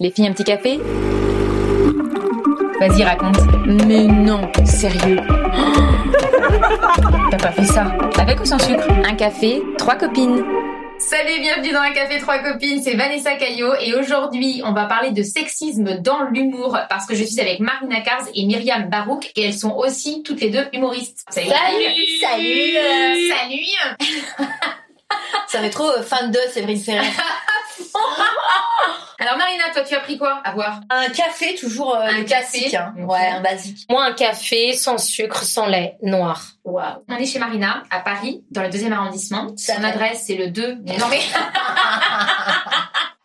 Les filles, un petit café Vas-y, raconte. Mais non, sérieux. T'as pas fait ça Avec ou sans sucre Un café, trois copines. Salut, bienvenue dans un café trois copines, c'est Vanessa Caillot et aujourd'hui on va parler de sexisme dans l'humour parce que je suis avec Marina Kars et Myriam Barouk et elles sont aussi toutes les deux humoristes. Salut Salut Salut, Salut Ça fait trop euh, fan de Séverine Ferrer. Alors Marina, toi tu as pris quoi à boire Un café, toujours euh, Un le café. classique. hein. Ok. Ouais, un basique. Moi, un café sans sucre, sans lait, noir. Waouh. On est chez Marina, à Paris, dans le deuxième arrondissement. Ça Son va. adresse c'est le 2. Non mais...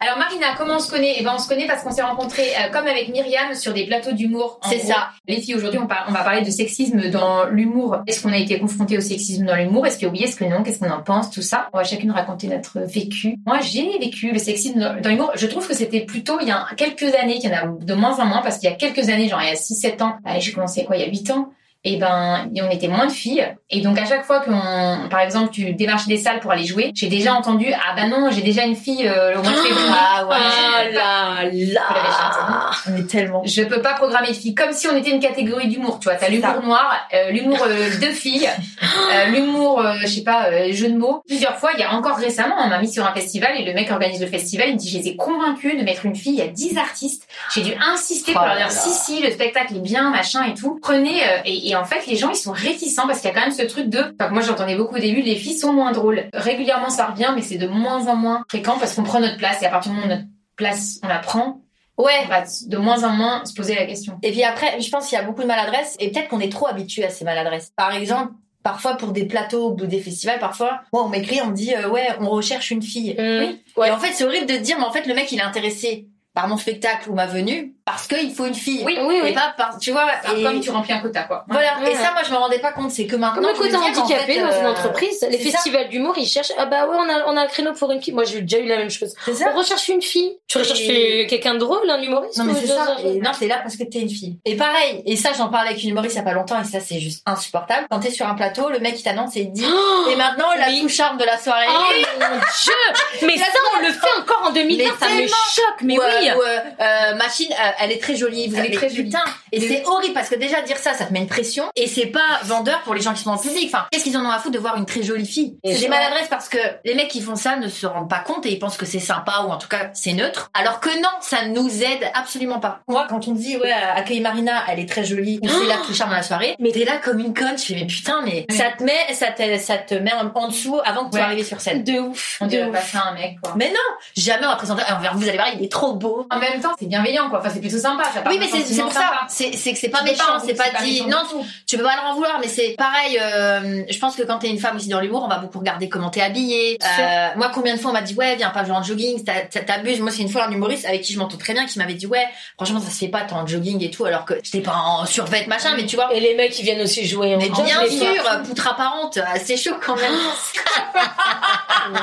Alors Marina, comment on se connaît Eh ben on se connaît parce qu'on s'est rencontrés euh, comme avec Myriam sur des plateaux d'humour. en C'est gros. ça. Les filles, aujourd'hui, on, par- on va parler de sexisme dans l'humour. Est-ce qu'on a été confronté au sexisme dans l'humour Est-ce que oui Est-ce que non Qu'est-ce qu'on en pense Tout ça. On va chacune raconter notre vécu. Moi, j'ai vécu le sexisme dans, dans l'humour. Je trouve que c'était plutôt il y a quelques années, qu'il y en a de moins en moins, parce qu'il y a quelques années, genre il y a 6-7 ans, euh, j'ai commencé quoi, il y a 8 ans et ben, on était moins de filles. Et donc, à chaque fois qu'on, par exemple, tu démarches des salles pour aller jouer, j'ai déjà entendu, ah ben non, j'ai déjà une fille, euh, le mois de février. Ah ouais. là là. Mais tellement. Je peux pas programmer de filles, comme si on était une catégorie d'humour, tu vois. T'as l'humour noir, euh, l'humour euh, de filles, euh, l'humour, euh, je sais pas, euh, jeu de mots. Plusieurs fois, il y a encore récemment, on m'a mis sur un festival et le mec organise le festival, il me dit, je les ai convaincus de mettre une fille, il y a 10 artistes. J'ai dû insister pour Oh leur là dire, là. si, si, le spectacle est bien, machin et tout. Prenez, euh, et, et en fait, les gens, ils sont réticents parce qu'il y a quand même ce truc de, enfin, que moi j'entendais beaucoup au début, les filles sont moins drôles. Régulièrement, ça revient, mais c'est de moins en moins fréquent parce qu'on prend notre place et à partir du moment où notre place, on la prend, Ouais. on va de moins en moins se poser la question. Et puis après, je pense qu'il y a beaucoup de maladresses et peut-être qu'on est trop habitué à ces maladresses. Par exemple, parfois pour des plateaux ou des festivals, parfois, moi on m'écrit, on me dit euh, ouais, on recherche une fille. Oui. Ouais. Et en fait, c'est horrible de dire, mais en fait, le mec, il est intéressé par mon spectacle ou ma venue parce qu'il faut une fille. Oui, oui, Et oui. pas par, tu vois. Enfin, et- Comme tu remplis un quota, quoi. Voilà. Ouais. Et ça, moi, je me rendais pas compte. C'est que maintenant. Comme le Ah je me quota dis, en handicapé fait, dans une euh, entreprise, les c'est ça. festivals d'humour, ils cherchent, ah bah ouais, on a, on a un créneau pour une fille. Moi, j'ai déjà eu la même chose. C'est ça. On recherche une fille. Tu recherches Ah. Et- euh, quelqu'un de drôle, un humoriste Non mais ou c'est deux- ça. deux- Et non, t'es là parce que t'es une fille. Et pareil. Et ça, j'en parlais avec une humoriste il y a pas longtemps et ça, c'est juste insupportable. Quand t'es sur un plateau, le mec il t'annonce et il te dit. Oh, Et maintenant, la oui. tout charme de la soirée. oh mon dieu Mais La ça, on le fait encore en 2020, Mais ça me tellement. choque, mais Ou, euh, oui ou, euh, euh, machine, euh, elle est très jolie. Vous Elle avez- est très jolie. Putain. Et c'est horrible parce que déjà dire ça, ça te met une pression. Et c'est pas vendeur pour les gens qui sont dans le public. Enfin, qu'est-ce qu'ils en ont à foutre de voir une très jolie fille Et C'est des je- maladresses parce que les mecs qui font ça ne se rendent pas compte et ils pensent que c'est sympa ou en tout cas c'est neutre. Alors que non, ça nous aide absolument pas. Moi, quand on me dit ouais, accueille Marina, elle est très jolie ou c'est la plus charme de la soirée, mais t'es là comme une conne. Je fais mais putain, mais Oui. ça te met, ça te, ça te met en en dessous avant que tu Ouais. arrives sur scène. De ouf On de dirait ouf. pas ça à un mec, quoi. Mais non, jamais on va présenter. Ah, Vous allez voir, il est trop beau. En même temps, c'est bienveillant, quoi. Enfin, c'est plutôt sympa. Ça part Oui, d'un mais c'est c'est sentiment pour ça. sympa. C'est c'est que c'est pas C'est méchant, méchant, c'est pas dit. méchant Non, du tout. tu peux pas leur en vouloir, mais c'est pareil. euh, je pense que quand t'es une femme aussi dans l'humour, on va beaucoup regarder comment t'es habillée. Bien sûr. Euh, moi, combien de fois on m'a dit ouais, viens pas jouer en jogging, t'as- t'as- t'abuses. Moi, c'est une fois un humoriste avec qui je m'entends très bien qui m'avait dit ouais, franchement, ça se fait pas, t'es en jogging et tout, alors que j'étais pas en survêt machin, mais tu vois. Et les mecs, ils viennent aussi jouer en Mais en bien jogging. sûr, poutre apparente, euh, c'est chaud quand même. Ouais.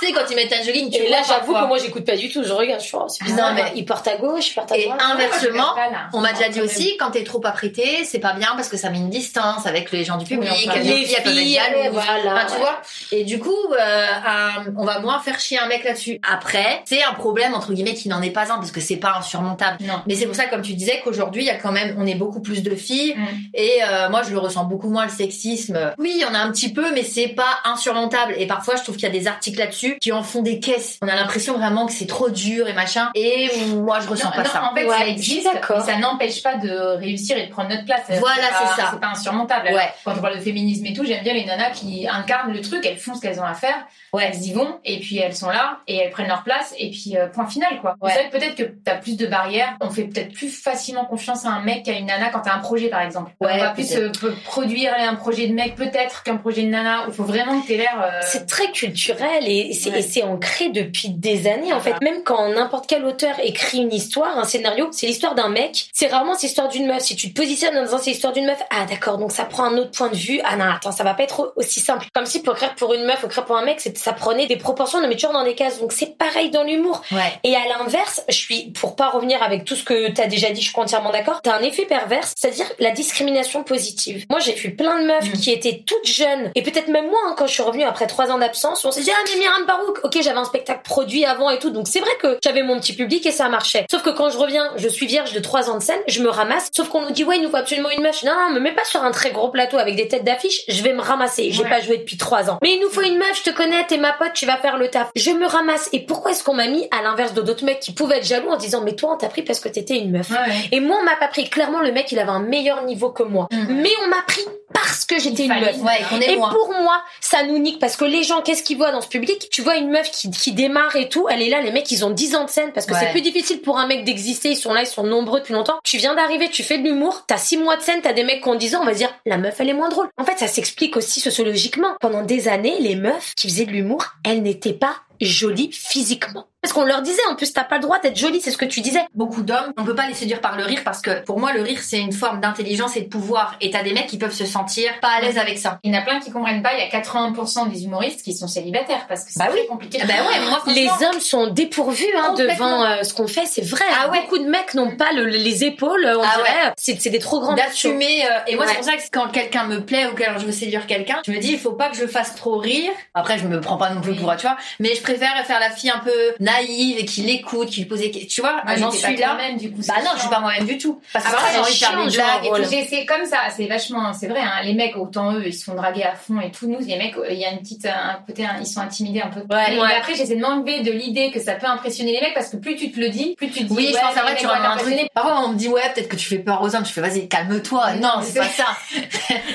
tu sais, quand ils mettent un jogging, tu et vois là, j'avoue parfois. Ah que moi, j'écoute pas du tout. Je regarde, je suis oh, c'est bizarre. Non, mais- Il porte à gauche, il porte à Et droite. inversement, Moi, je regarde pas, là. on m'a Oh, déjà dit Quand même. aussi, quand t'es trop apprêtée, c'est pas bien parce que ça met une distance avec les gens du public, Oui, enfin, les, filles, elles peuvent être ouais, jalouses. voilà. Ah Enfin, tu vois Et du coup, euh, un- on va moins faire chier un mec là-dessus. Après, c'est un problème entre guillemets qui n'en est pas un parce que c'est pas insurmontable. Non. Mais c'est pour ça, comme tu disais, qu'aujourd'hui, il y a quand même, on est beaucoup plus de filles. Mm. Et euh, moi, je le ressens beaucoup moins le sexisme. Oui, il y en a un petit peu, mais c'est pas insurmontable. Et parfois, je trouve qu'il y a des articles là-dessus qui en font des caisses. On a l'impression vraiment que c'est trop dur et machin. Et moi, je ressens Non, pas non, ça. En fait, Ouais, ça je suis existe, d'accord. mais ça n'empêche pas de réussir et de prendre notre place. Voilà, pas- c'est ça. C'est pas insurmontable. Ouais. Quand on parle de féminisme et tout, j'aime bien les nanas qui incarnent le truc, elles font ce qu'elles ont à faire, Ouais. elles y vont, et puis elles sont là, et elles prennent leur place, et puis euh, point final, quoi. Ouais. C'est vrai que peut-être que t'as plus de barrières, on fait peut-être plus facilement confiance à un mec qu'à une nana quand t'as un projet, par exemple. Ouais, on va plus euh, peut-être. peut- produire un projet de mec, peut-être, qu'un projet de nana, où faut vraiment que t'aies l'air... euh, C'est très culturel et c'est Ouais. et c'est ancré depuis des années en fait. Même quand n'importe quel auteur écrit une histoire, un scénario, c'est l'histoire d'un mec. C'est rarement c'est l'histoire d'une meuf. Si tu te positionnes en disant c'est l'histoire d'une meuf, ah d'accord, donc ça prend un autre point de vue. Ah non, attends, ça va pas être au- aussi simple. Comme si pour écrire pour une meuf ou écrire pour un mec, c'est- ça prenait des proportions, on met toujours dans des cases. Donc c'est pareil dans l'humour. Ouais. Et à l'inverse, je suis, pour pas revenir avec tout ce que t'as déjà dit, je suis entièrement d'accord, t'as un effet pervers, c'est-à-dire la discrimination positive. Moi, j'ai vu plein de meufs Mm. qui étaient toutes jeunes, et peut-être même moi, hein, quand je suis revenue après trois ans d'absence, on s'est dit, ah, mais Myriam Barouk, ok, j'avais un spectacle produit avant et tout, donc c'est vrai que j'avais mon petit du public et ça marchait. Sauf que quand je reviens, je suis vierge de 3 ans de scène, je me ramasse, sauf qu'on nous dit ouais, il nous faut absolument une meuf. Je dis, Non, non, me mets pas sur un très gros plateau avec des têtes d'affiche, je vais me ramasser. J'ai Ouais. pas joué depuis 3 ans. Mais il nous faut une meuf, je te connais, t'es ma pote, tu vas faire le taf. Je me ramasse. Et pourquoi est-ce qu'on m'a mis à l'inverse de d'autres mecs qui pouvaient être jaloux en disant mais toi on t'a pris parce que t'étais une meuf. Ouais. Et moi, on m'a pas pris. Clairement, le mec, il avait un meilleur niveau que moi. Mhm. Mais on m'a pris parce que j'étais Il une fallait meuf. une Ouais, qu'on est Et loin. pour moi, ça nous nique parce que les gens, qu'est-ce qu'ils voient dans ce public Tu vois une meuf qui, qui démarre et tout, elle est là, les mecs, ils ont 10 ans de scène parce que c'est Ouais. plus difficile pour un mec d'exister, ils sont là, ils sont nombreux depuis longtemps. Tu viens d'arriver, tu fais de l'humour, t'as 6 mois de scène, t'as des mecs qui ont 10 ans, on va se dire, la meuf, elle est moins drôle. En fait, ça s'explique aussi sociologiquement. Pendant des années, les meufs qui faisaient de l'humour, elles n'étaient pas jolies physiquement. Parce qu'on leur disait, en plus, t'as pas le droit d'être jolie, c'est ce que tu disais. Beaucoup d'hommes, on peut pas les séduire par le rire parce que pour moi, le rire, c'est une forme d'intelligence et de pouvoir. Et t'as des mecs qui peuvent se sentir pas à l'aise avec ça. Il y en a plein qui comprennent pas, il y a 80% des humoristes qui sont célibataires parce que c'est Bah très compliqué. Bah ouais, moi, Les franchement, hommes sont dépourvus hein, Complètement. devant euh, ce qu'on fait, c'est vrai. Ah ouais. Beaucoup de mecs n'ont pas le- les épaules, on Ah dirait. C'est c'est des trop grands machos. d'assumer euh, et moi Ouais. c'est pour ça que quand quelqu'un me plaît ou quand je veux séduire quelqu'un je me dis il faut pas que je fasse trop rire après je me prends pas non plus Oui. pour tu vois mais je préfère faire la fille un peu naïve et qui l'écoute qui lui pose des questions tu vois Moi, j'en j'étais pas suis là toi-même, du coup. bah c'est non je suis chiant. pas moi-même du tout parce que Après, après j'ai ça envie de faire des change, hein, blagues et tout. voilà. C'est c'est comme ça, c'est vachement, c'est vrai. hein. Les mecs, autant eux, ils se font draguer à fond et tout. Nous, les mecs, il y a une petite, un côté, un- ils sont intimidés un peu. Ouais. Et Ouais. après, j'essaie de m'enlever de l'idée que ça peut impressionner les mecs parce que plus tu te le dis, plus tu te dis. oui, ouais, je pense les après mecs tu vont ramènes un truc. t'impressionner. Parfois on me dit ouais peut-être que tu fais peur aux hommes, je fais vas-y calme-toi. Oui, Non, mais c'est c'est- pas ça.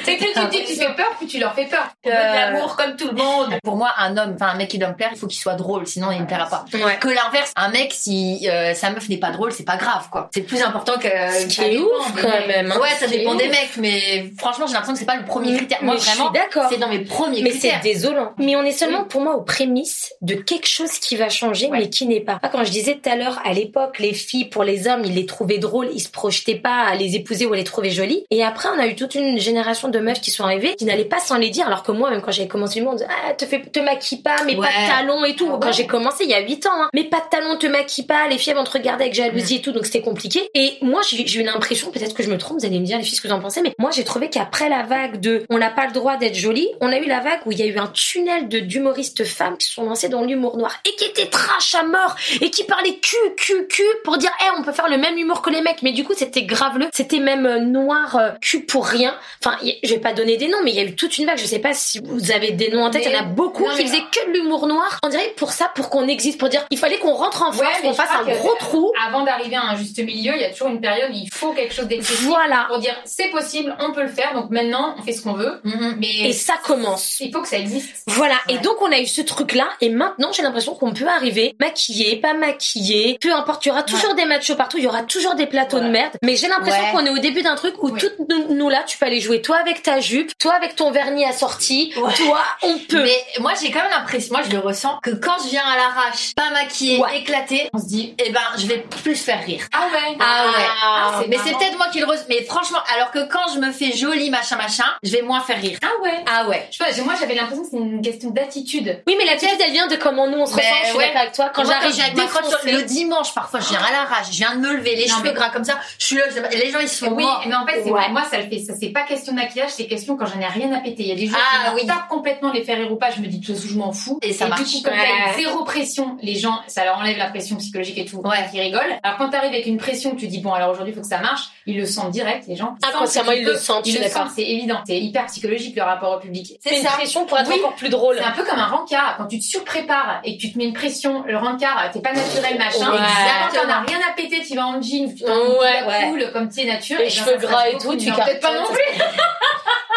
C'est plus tu te dis que tu fais peur, plus tu leur fais peur. Euh, On veut de l'amour comme tout le monde. Pour moi un homme, enfin un mec qui doit me plaire, il faut qu'il soit drôle, sinon il me plaira pas. Ouais. Que l'inverse, un mec si euh, sa meuf n'est pas drôle, c'est pas grave quoi. C'est plus important que Ce qui ça est dépend ouf des quand mecs. même. hein. Ouais, ça Ce qui dépend est des ouf. Mm. mecs, mais franchement, j'ai l'impression que c'est pas le premier critère. Moi, Mais je vraiment, suis d'accord. c'est dans mes premiers Mais c'est critères. désolant. Mais on est seulement pour moi aux prémices de quelque chose qui va changer Ouais. mais qui n'est pas. Ah, Quand je disais tout à l'heure, à l'époque, les filles, pour les hommes, ils les trouvaient drôles, ils se projetaient pas à les épouser ou à les trouver jolies. Et après, on a eu toute une génération de meufs qui sont arrivées, qui n'allaient pas sans les dire. Alors que moi, même quand j'avais commencé le monde, ah, te, fais, te maquille pas, mais Ouais. pas de talons et tout. Ah ouais. Quand j'ai commencé il y a 8 ans, hein, mais pas de talons, te maquille pas, les filles elles vont te regarder avec jalousie et tout, donc c'était compliqué. Et moi, j'ai j'ai eu l'impression, peut-être que je me trompe, vous allez me dire les filles ce que vous en pensez, mais moi j'ai trouvé qu'après la vague de on n'a pas le droit d'être jolie, on a eu la vague où il y a eu un tunnel de d'humoristes femmes qui se sont lancées dans l'humour noir et qui étaient trash à mort et qui parlaient cul, cul, cul pour dire, eh on peut faire le même humour que les mecs, mais du coup c'était graveleux, c'était même euh, noir, euh, cul pour rien. Enfin, y- je vais pas donner des noms, mais il y a eu toute une vague, je sais pas si vous avez des noms en tête, il y en a Mais- beaucoup non, qui mais- faisaient que de l'humour noir. On dirait pour ça, pour qu'on existe, pour dire il fallait qu'on rentre en Ouais, France, mais qu'on je fasse crois un que- gros trou. Avant d'arriver à un juste milieu, il y a toujours une période où il faut quelque chose d'excessif Voilà. pour dire c'est possible, on peut le faire. Donc maintenant, on fait ce qu'on veut, Mhm. mais Et ça commence. il faut que ça existe. Voilà. Et Ouais. donc on a eu ce truc-là, et maintenant j'ai l'impression qu'on peut arriver maquillé, pas maquillé, peu importe. Il y aura toujours des matchs partout, il y aura toujours des plateaux de Voilà. merde. Mais j'ai l'impression Ouais. qu'on est au début d'un truc où Oui. toutes nous, nous là, tu peux aller jouer toi avec ta jupe, toi avec ton vernis assorti, Ouais. toi on peut. Mais moi, j'ai quand même l'impression, moi, je le ressens, que quand je viens à l'arrache, pas maquillée, Ouais. éclatée, On se dit eh ben, je vais plus faire rire. ah ouais. Ah ouais. Ah, mais c'est marrant. peut-être moi qui le ressens. Mais franchement, alors que quand je me fais jolie, machin, machin, je vais moins faire rire. Ah ouais. Ah ouais. Je sais pas, j'ai- moi j'avais l'impression que c'est une question d'attitude. Oui, mais la pièce, elle vient de comment nous on se Ben, ressent. Je suis ouais. d'accord avec toi. Quand Moi, j'arrive, j'ai je avec ma crotte sur- défoncer. le dimanche, parfois, je viens à l'arrache, je viens de me lever, les Non, cheveux mais- gras comme ça, je suis là, je- les gens, ils se font oui, morts. mais en fait, c'est Ouais. moi ça le fait. Ça c'est pas question de maquillage, c'est question quand j'en ai rien à péter. Il y a des jours Ah, qui oui. me tapent complètement les faire rire ou pas. Je me dis de toute façon je m'en fous. Et ça du marche. coup, comme t'as Ouais. une zéro pression, les gens ça leur enlève la pression psychologique et tout. Ouais. Qui rigolent. Alors quand t'arrives avec une pression, tu dis bon alors aujourd'hui faut que ça marche. Ils le sentent direct. Les gens. Ah, consciemment, sentent que ils tu le peux. sentent, je Ils suis le d'accord. sentent. C'est évident. C'est hyper psychologique le rapport au public. C'est une ça. pression pour être Oui. encore plus drôle. C'est un peu comme un rencard. Quand tu te surprépares et que tu te mets une pression, le rencard, t'es pas naturel, machin. Ouais. Quand T'en as rien à péter, tu vas en jean, tu t'en Ouais, vas ouais. cool, comme tu es nature. Les ben, cheveux ça gras passe et tout, beaucoup tu mieux. Peut-être pas cartonnes. non plus.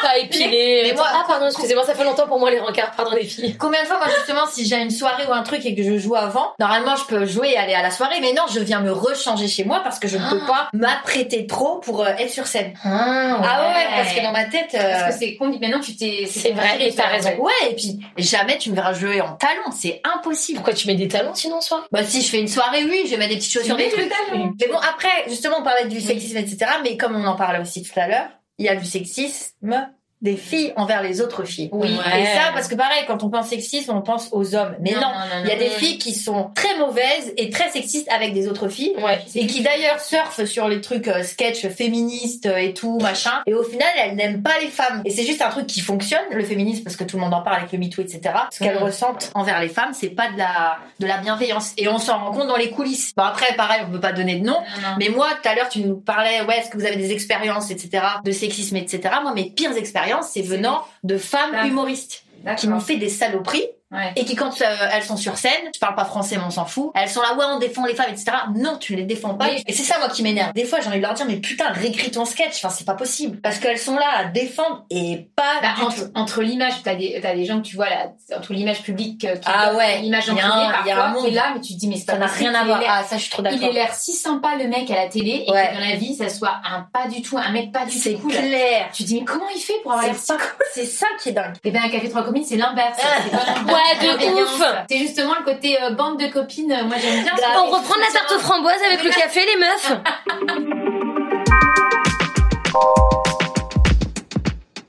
Pas épilé. Mais moi- ah pardon, excusez-moi, ça fait longtemps pour moi les rencarts, pardon les filles. Combien de fois, moi, justement, si j'ai une soirée ou un truc et que je joue avant, normalement, je peux jouer et aller à la soirée, mais non, je viens me rechanger chez moi parce que je ne peux pas m'apprêter trop pour euh, être sur scène. Ah Ah ouais, parce que dans ma tête. euh, Parce que c'est con. Maintenant, tu t'es. C'est vrai, et t'as raison. Ouais, et puis jamais tu me verras jouer en talons, c'est impossible. Pourquoi tu mets des talons sinon soir Bah, si je fais une soirée, oui, je vais mettre des petites choses sur des trucs. Mais bon, après, justement, on parlait du sexisme, etc. Mais comme on en parlait aussi tout à l'heure, il y a du sexisme des filles envers les autres filles. Oui. Et ça, parce que pareil, quand on pense sexisme, on pense aux hommes. Mais non, il y a des filles qui sont très mauvaises et très sexistes avec des autres filles. Ouais. Et qui d'ailleurs surfent sur les trucs euh, sketch féministes euh, et tout, machin. Et au final, elles n'aiment pas les femmes. Et c'est juste un truc qui fonctionne, le féminisme, parce que tout le monde en parle avec le MeToo, etc. Ce qu'elles Mhm. ressentent envers les femmes, c'est pas de la, de la bienveillance. Et on s'en rend compte dans les coulisses. Bon, après, pareil, on peut pas donner de nom. Non, non. Mais moi, tout à l'heure, tu nous parlais, ouais, est-ce que vous avez des expériences, etc., de sexisme, etc. Moi, mes pires expériences, c'est venant de femmes Ah. humoristes qui m'ont D'accord. fait des saloperies Ouais. et qui, quand euh, elles sont sur scène, je parle pas français, mais on s'en fout, elles sont là, ouais, on défend les femmes, etc. Non, tu ne les défends pas. Oui. Et c'est ça, moi, qui m'énerve. Des fois, j'ai envie de leur dire, mais putain, réécris ton sketch, enfin, c'est pas possible. Parce qu'elles sont là à défendre et pas Bah, du tout. entre, entre l'image, t'as des, t'as des gens que tu vois là, entre l'image publique, euh, qui Ah donne ouais, l'image en y a privé, un- y a un parfois, monde. t'es là, mais tu te dis, mais c'est Ça pas n'a possible, rien à il voir. est- Ah, ça, je suis trop Il a d'accord. l'air si sympa le mec à la télé et Ouais. que dans la vie ça soit un pas du tout un mec pas du C'est tout cool. Oh, clair. Tu te dis mais comment il fait pour avoir l'air C'est ça c'est ça qui est dingue. Et bien un café trois copines c'est l'inverse. C'est pas l'inverse, Ah. Ouais, de c'est bienveillance. ouf. C'est justement le côté euh, bande de copines. euh, Moi j'aime bien. On reprend la tarte aux framboises avec le café, les meufs.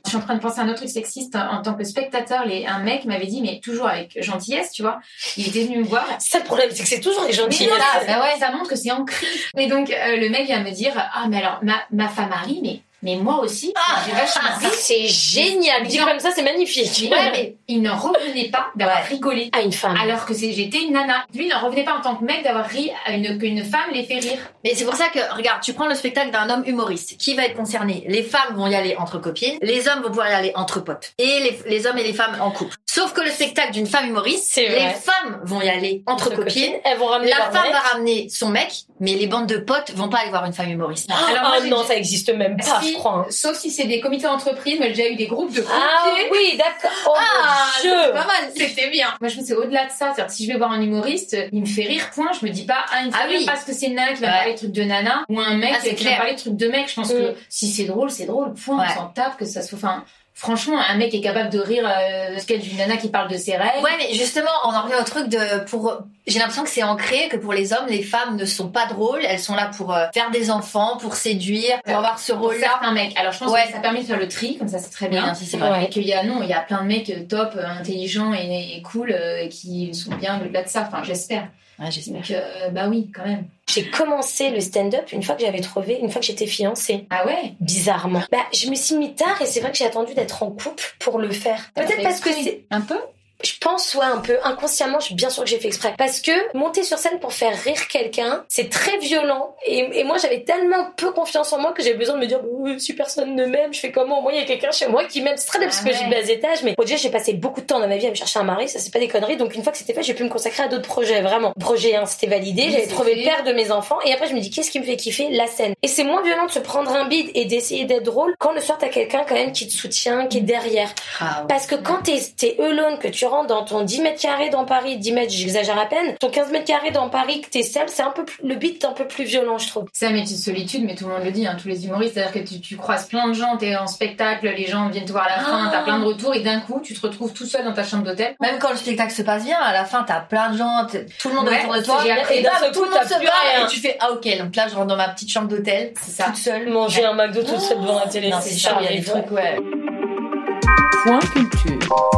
Je suis en train de penser à un autre truc sexiste en tant que spectateur. Les, un mec m'avait dit mais toujours avec gentillesse tu vois. Il était venu me voir. Ça, le problème, c'est que c'est toujours les Mais gentils. Ah, non, ça, bah ouais, ça montre que c'est ancré. Mais donc euh, le mec vient me dire ah mais alors ma, ma femme Marie mais mais moi aussi Ah. j'ai vachement ri. C'est génial. Dit comme ça, c'est Mais magnifique. ouais, mais Ah, il ne revenait pas d'avoir Ouais. rigolé. À une femme. Alors que c'est- j'étais une nana. Lui, il n'en revenait pas en tant que mec d'avoir ri à une, qu'une femme les fait rire. Mais c'est pour ça que, regarde, tu prends le spectacle d'un homme humoriste. Qui va être concerné Les femmes vont y aller entre copines, les hommes vont pouvoir y aller entre potes. Et les, les hommes et les femmes en couple. Sauf que le spectacle d'une femme humoriste, C'est les vrai. femmes vont y aller entre, copines. elles vont ramener La leur femme mec. va ramener son mec, mais les bandes de potes vont pas aller voir une femme humoriste. Oh, Alors, moi, j'ai non, déjà- ça existe même Ah, pas, Ah, Si. je crois. hein. Sauf si c'est des comités d'entreprise, moi j'ai déjà eu des groupes de Ah pompiers. oui, d'accord. Oh Ah, mon dieu. Pas mal. C'était bien. Moi je me c'est au-delà de ça. C'est-à-dire que si je vais voir un humoriste, il me fait rire, point. Je me dis pas, ah, il me fait Ah rire oui. parce que c'est une nana qui va Ouais. parler de trucs de nana ou un mec Ah, c'est qui clair. va parler de trucs de mec. Je pense Mm. que si c'est drôle, c'est drôle, point. Ouais. On s'en tape que ça soit. Enfin, franchement, un mec est capable de rire euh, de ce qu'est d'une nana qui parle de ses rêves. Ouais, mais justement, on en revient au truc de pour. J'ai l'impression que c'est ancré que pour les hommes, les femmes ne sont pas drôles. Elles sont là pour euh, faire des enfants, pour séduire, pour Ouais. avoir ce Pour rôle-là. certains mecs. Alors je pense Ouais. que ça permet de faire le tri, comme ça c'est très Oui, bien. non, si, c'est vrai. Ouais. Et qu'il y a non, il y a plein de mecs euh, top, euh, intelligents et, et cool euh, et qui sont bien au-delà de ça. Enfin, j'espère. Ouais, j'espère. Donc euh, bah oui, quand même. J'ai commencé le stand-up une fois que j'avais trouvé, une fois que j'étais fiancée, Ah ouais. bizarrement. Bah, je me suis mis tard et c'est vrai que j'ai attendu d'être en couple pour le faire. Peut-être parce que c'est un peu. Je pense, ouais, un peu inconsciemment, je suis bien sûr que j'ai fait exprès. Parce que monter sur scène pour faire rire quelqu'un, c'est très violent. Et, et moi, j'avais tellement peu confiance en moi que j'avais besoin de me dire, Ouh, si personne ne m'aime, je fais comment Au moins, il y a quelqu'un chez moi qui m'aime. C'est très bien parce Ah que ouais. j'ai de bas étage. Mais bon, déjà, j'ai passé beaucoup de temps dans ma vie à me chercher un mari, ça, c'est pas des conneries. Donc, une fois que c'était fait, j'ai pu me consacrer à d'autres projets, vraiment. Projet 1, c'était validé, Oui, j'avais c'est trouvé fait. père de mes enfants. Et après, je me dis, qu'est-ce qui me fait kiffer La scène. Et c'est moins violent de se prendre un bide et d'essayer d'être drôle quand le soir, t'as quelqu'un quand même qui te soutient, Mm. qui est derrière. Ah, ouais. Parce que quand t'es, t'es alone, que tu rentres dans ton 10 mètres carrés dans Paris, 10 mètres, j'exagère à peine, ton 15 mètres carrés dans Paris, que t'es seul, c'est un peu plus, le beat est un peu plus violent, je trouve. C'est un métier de solitude, mais tout le monde le dit, hein, tous les humoristes, c'est-à-dire que tu, tu croises plein de gens, t'es en spectacle, les gens viennent te voir à la fin, Ah. t'as plein de retours, et d'un coup, tu te retrouves tout seul dans ta chambre d'hôtel. Même quand le spectacle se passe bien, à la fin, t'as plein de gens, t'es- tout le monde Ouais, autour de c'est toi. génial. Et Et d'un bam, seul tout le coup, monde t'as se plus barre rien. et tu fais, ah ok, donc là, je rentre dans ma petite chambre d'hôtel, C'est ça. toute seule. Manger un McDo toute seule devant la télé, Non, c'est c'est ça, il y a des charmant. trucs, ouais. Point culture.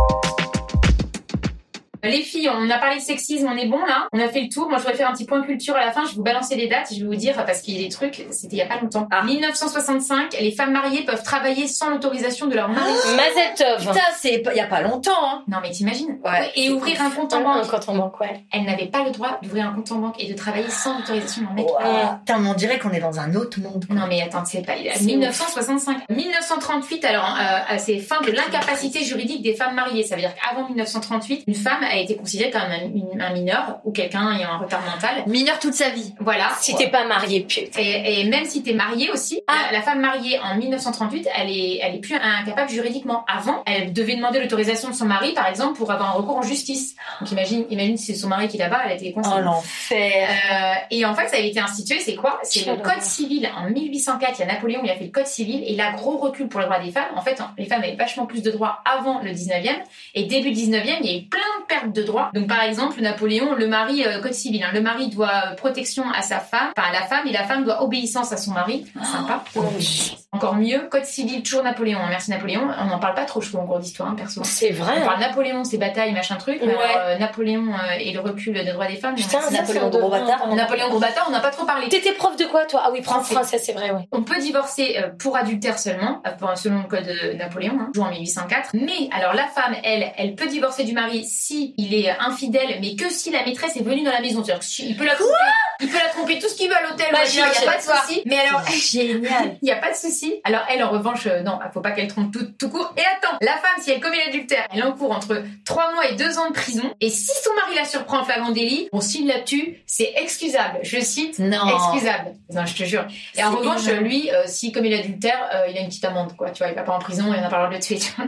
Bah, Les filles, on a parlé de sexisme, on est bon là, on a fait le tour. Moi, je voudrais faire un petit point culture à la fin. Je vais vous balancer les dates et je vais vous dire parce qu'il y a des trucs, c'était il y a pas longtemps. En 1965, les femmes mariées peuvent travailler sans l'autorisation de leur mari. Mazel tov. Putain, c'est pas- il y a pas longtemps, hein. Non, mais t'imagines Ouais. Et ouvrir un compte en Un banque. quand on manque, ouais. Elles n'avaient pas le droit d'ouvrir un compte en banque et de travailler sans l'autorisation de leur mec. Ouah. Oh, ah. Putain, mais on dirait qu'on est dans un autre monde. quoi. Non mais attends, c'est pas... C'est 1965. 1938, alors euh, c'est fin de l'incapacité juridique des femmes mariées. Ça veut dire qu'avant 1938, une femme a été considérée comme un, une- un mineur ou quelqu'un ayant un retard mental. Mineur toute sa vie. Voilà. Si t'es pas marié, putain. Et, et même si t'es mariée aussi, Ah. la, la femme mariée en 1938, elle est, elle est plus incapable juridiquement. Avant, elle devait demander l'autorisation de son mari, par exemple, pour avoir un recours en justice. Donc imagine, imagine si c'est son mari qui est là-bas, elle a été Oh concernée. l'enfer. Euh, et en fait, ça a été institué, c'est quoi C'est le Quelle Code horreur. civil. En 1804, il y a Napoléon, il a fait le Code civil et il a gros recul pour les droits des femmes. En fait, hein, les femmes avaient vachement plus de droits avant le 19e et début 19e, il y a eu plein de pertes de droits. Donc, par exemple, Napoléon, le mari, euh, Code civil, hein, le mari Oh. doit euh, protection à sa femme, enfin à la femme, et la femme doit obéissance à son mari. Sympa. Mon dieu. Encore mieux, Code civil, toujours Napoléon. hein. Merci Napoléon. On n'en parle pas trop, je trouve, en cours d'histoire, hein, perso. C'est vrai. On parle Napoléon, ses batailles, machin truc. mais Ouais. alors, euh, Napoléon euh, et le recul des droits des femmes. Putain, merci ça, Napoléon c'est un gros devin. bâtard. Napoléon. Napoléon gros bâtard, on n'a pas trop parlé. T'étais prof de quoi, toi Ah oui, prof Français. français, c'est vrai, ouais. On peut divorcer euh, pour adultère seulement, euh, pour- selon le code de Napoléon, hein, toujours en 1804. Mais alors la femme, elle, elle peut divorcer du mari si il est euh, infidèle, mais que si la maîtresse est venue dans la maison. C'est-à-dire que si- il peut la tromper, il peut la tromper tout ce qu'il veut à l'hôtel. Bah, ouais, Il n'y a j'ai- pas de j'ai- souci. Mais alors, Génial. il n'y a pas de souci. Alors elle, en revanche, euh, non, faut pas qu'elle trompe tout, tout court. Et attends, la femme, si elle commet l'adultère, elle encourt entre 3 mois et 2 ans de prison. Et si son mari la surprend en flagrant délit, bon, s'il la tue, c'est excusable. Je cite, Non. excusable. Non, je te jure. Et en Oh. C'est revanche, énorme. lui, euh, s'il commet l'adultère, euh, il a une petite amende, quoi. Tu vois, il va pas en prison et on n'a pas le droit de le tuer. tu vois.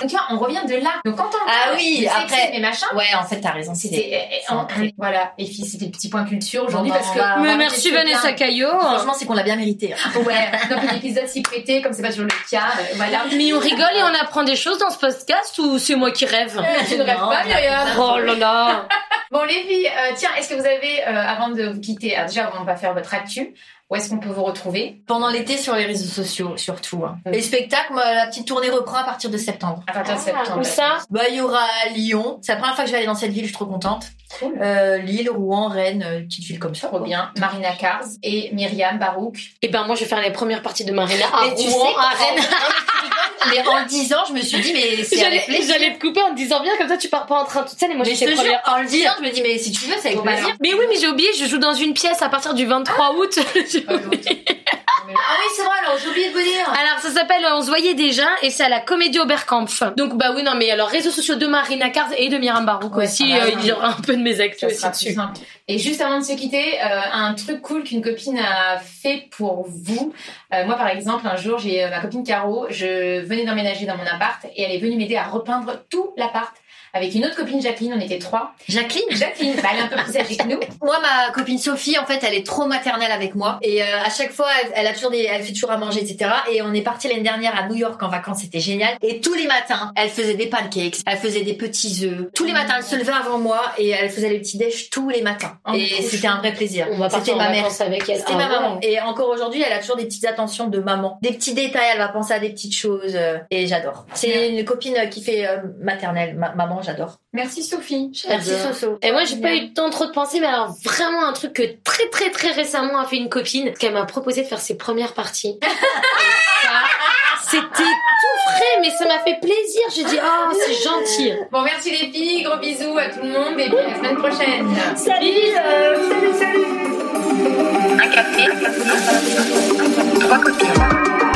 Donc, tu vois, on revient de là. Donc, quand on Ah parle oui, de sexisme après- et machin, Ouais, en fait, t'as raison. C'était. c'était. eh, c'est un truc. Voilà. Et puis, c'était le petit point culture aujourd'hui Bon, bah, parce on que. va- on on va va arrêter de se plaindre. Caillot. Franchement, c'est qu'on l'a bien mérité. hein. Ouais, donc un épisode s'y prêtait, comme c'est pas toujours le cas. euh, Voilà. Mais on rigole et on apprend des choses dans ce podcast ou c'est moi qui rêve Tu Euh, ne rêves Non, pas, on Myriam Oh là là Bon, les filles, euh, tiens, est-ce que vous avez, euh, avant de vous quitter, alors déjà, on va faire votre actu, où est-ce qu'on peut vous retrouver Pendant l'été, sur les réseaux sociaux, surtout. hein. Mm. Les spectacles, moi, la petite tournée reprend à partir de septembre. à partir de septembre Ou ça Bah, il y aura Lyon. C'est la première fois que je vais aller dans cette ville, je suis trop contente. Cool. Euh, Lille, Rouen, Rennes, euh, petite ville comme ça. Trop bien. Marina Kars et Myriam Barouk. Et ben moi je vais faire les premières parties de Marina à Mais tu Rouen, sais à qu'en- Rennes. Mais en le disant, je me suis dit, mais c'est J'allais avec plaisir. j'allais te couper en te disant bien comme ça tu pars pas en train toute seule et moi Mais je je fais te jure, première. en le disant, je me dis, mais si tu veux, c'est avec Bon, bah, plaisir. Mais oui mais j'ai oublié je joue dans une pièce à partir du 23 août. Euh, l'autre. Ah oui, c'est vrai, alors j'ai oublié de vous dire. Alors ça s'appelle euh, On se voyait déjà et c'est à la Comédie Oberkampf. Donc bah oui non mais alors réseaux sociaux de Marina Cars et de Myriam Barouk Ouais, aussi ça va, euh, ça. il y aura un peu de mes Ça actus aussi sera plus dessus. simple. Et juste avant de se quitter, euh, un truc cool qu'une copine a fait pour vous. Euh, moi, par exemple, un jour, j'ai euh, ma copine Caro, je venais d'emménager dans mon appart et elle est venue m'aider à repeindre tout l'appart. Avec une autre copine, Jacqueline, on était trois. Jacqueline Jacqueline, bah, elle est un peu plus âgée que nous. Moi, ma copine Sophie, en fait, elle est trop maternelle avec moi. Et euh, à chaque fois, elle, elle a toujours des, elle fait toujours à manger, etc. Et on est parti l'année dernière à New York en vacances, c'était génial. Et tous les matins, elle faisait des pancakes, elle faisait des petits œufs. Tous les matins, elle se levait avant moi et elle faisait les petits déj tous les matins. Oh, et trop c'était un vrai plaisir. On va C'était partir en ma mère. vacances avec elle. C'était Ah ma ouais. maman. Et encore aujourd'hui, elle a toujours des petites attentions de maman. Des petits détails, elle va penser à des petites choses. euh, et j'adore. C'est une copine euh, qui fait euh, maternelle. Ma- maman, j'adore. Merci Sophie. Merci Soso. Et moi, j'ai pas eu le temps trop de penser, mais alors vraiment un truc que très très très récemment a fait une copine, qu'elle m'a proposé de faire ses premières parties. Et ça, C'était tout frais, mais ça m'a fait plaisir. J'ai dit, oh, c'est gentil. Bon, merci les filles, gros bisous à tout le monde et puis à la semaine prochaine. Trois copines.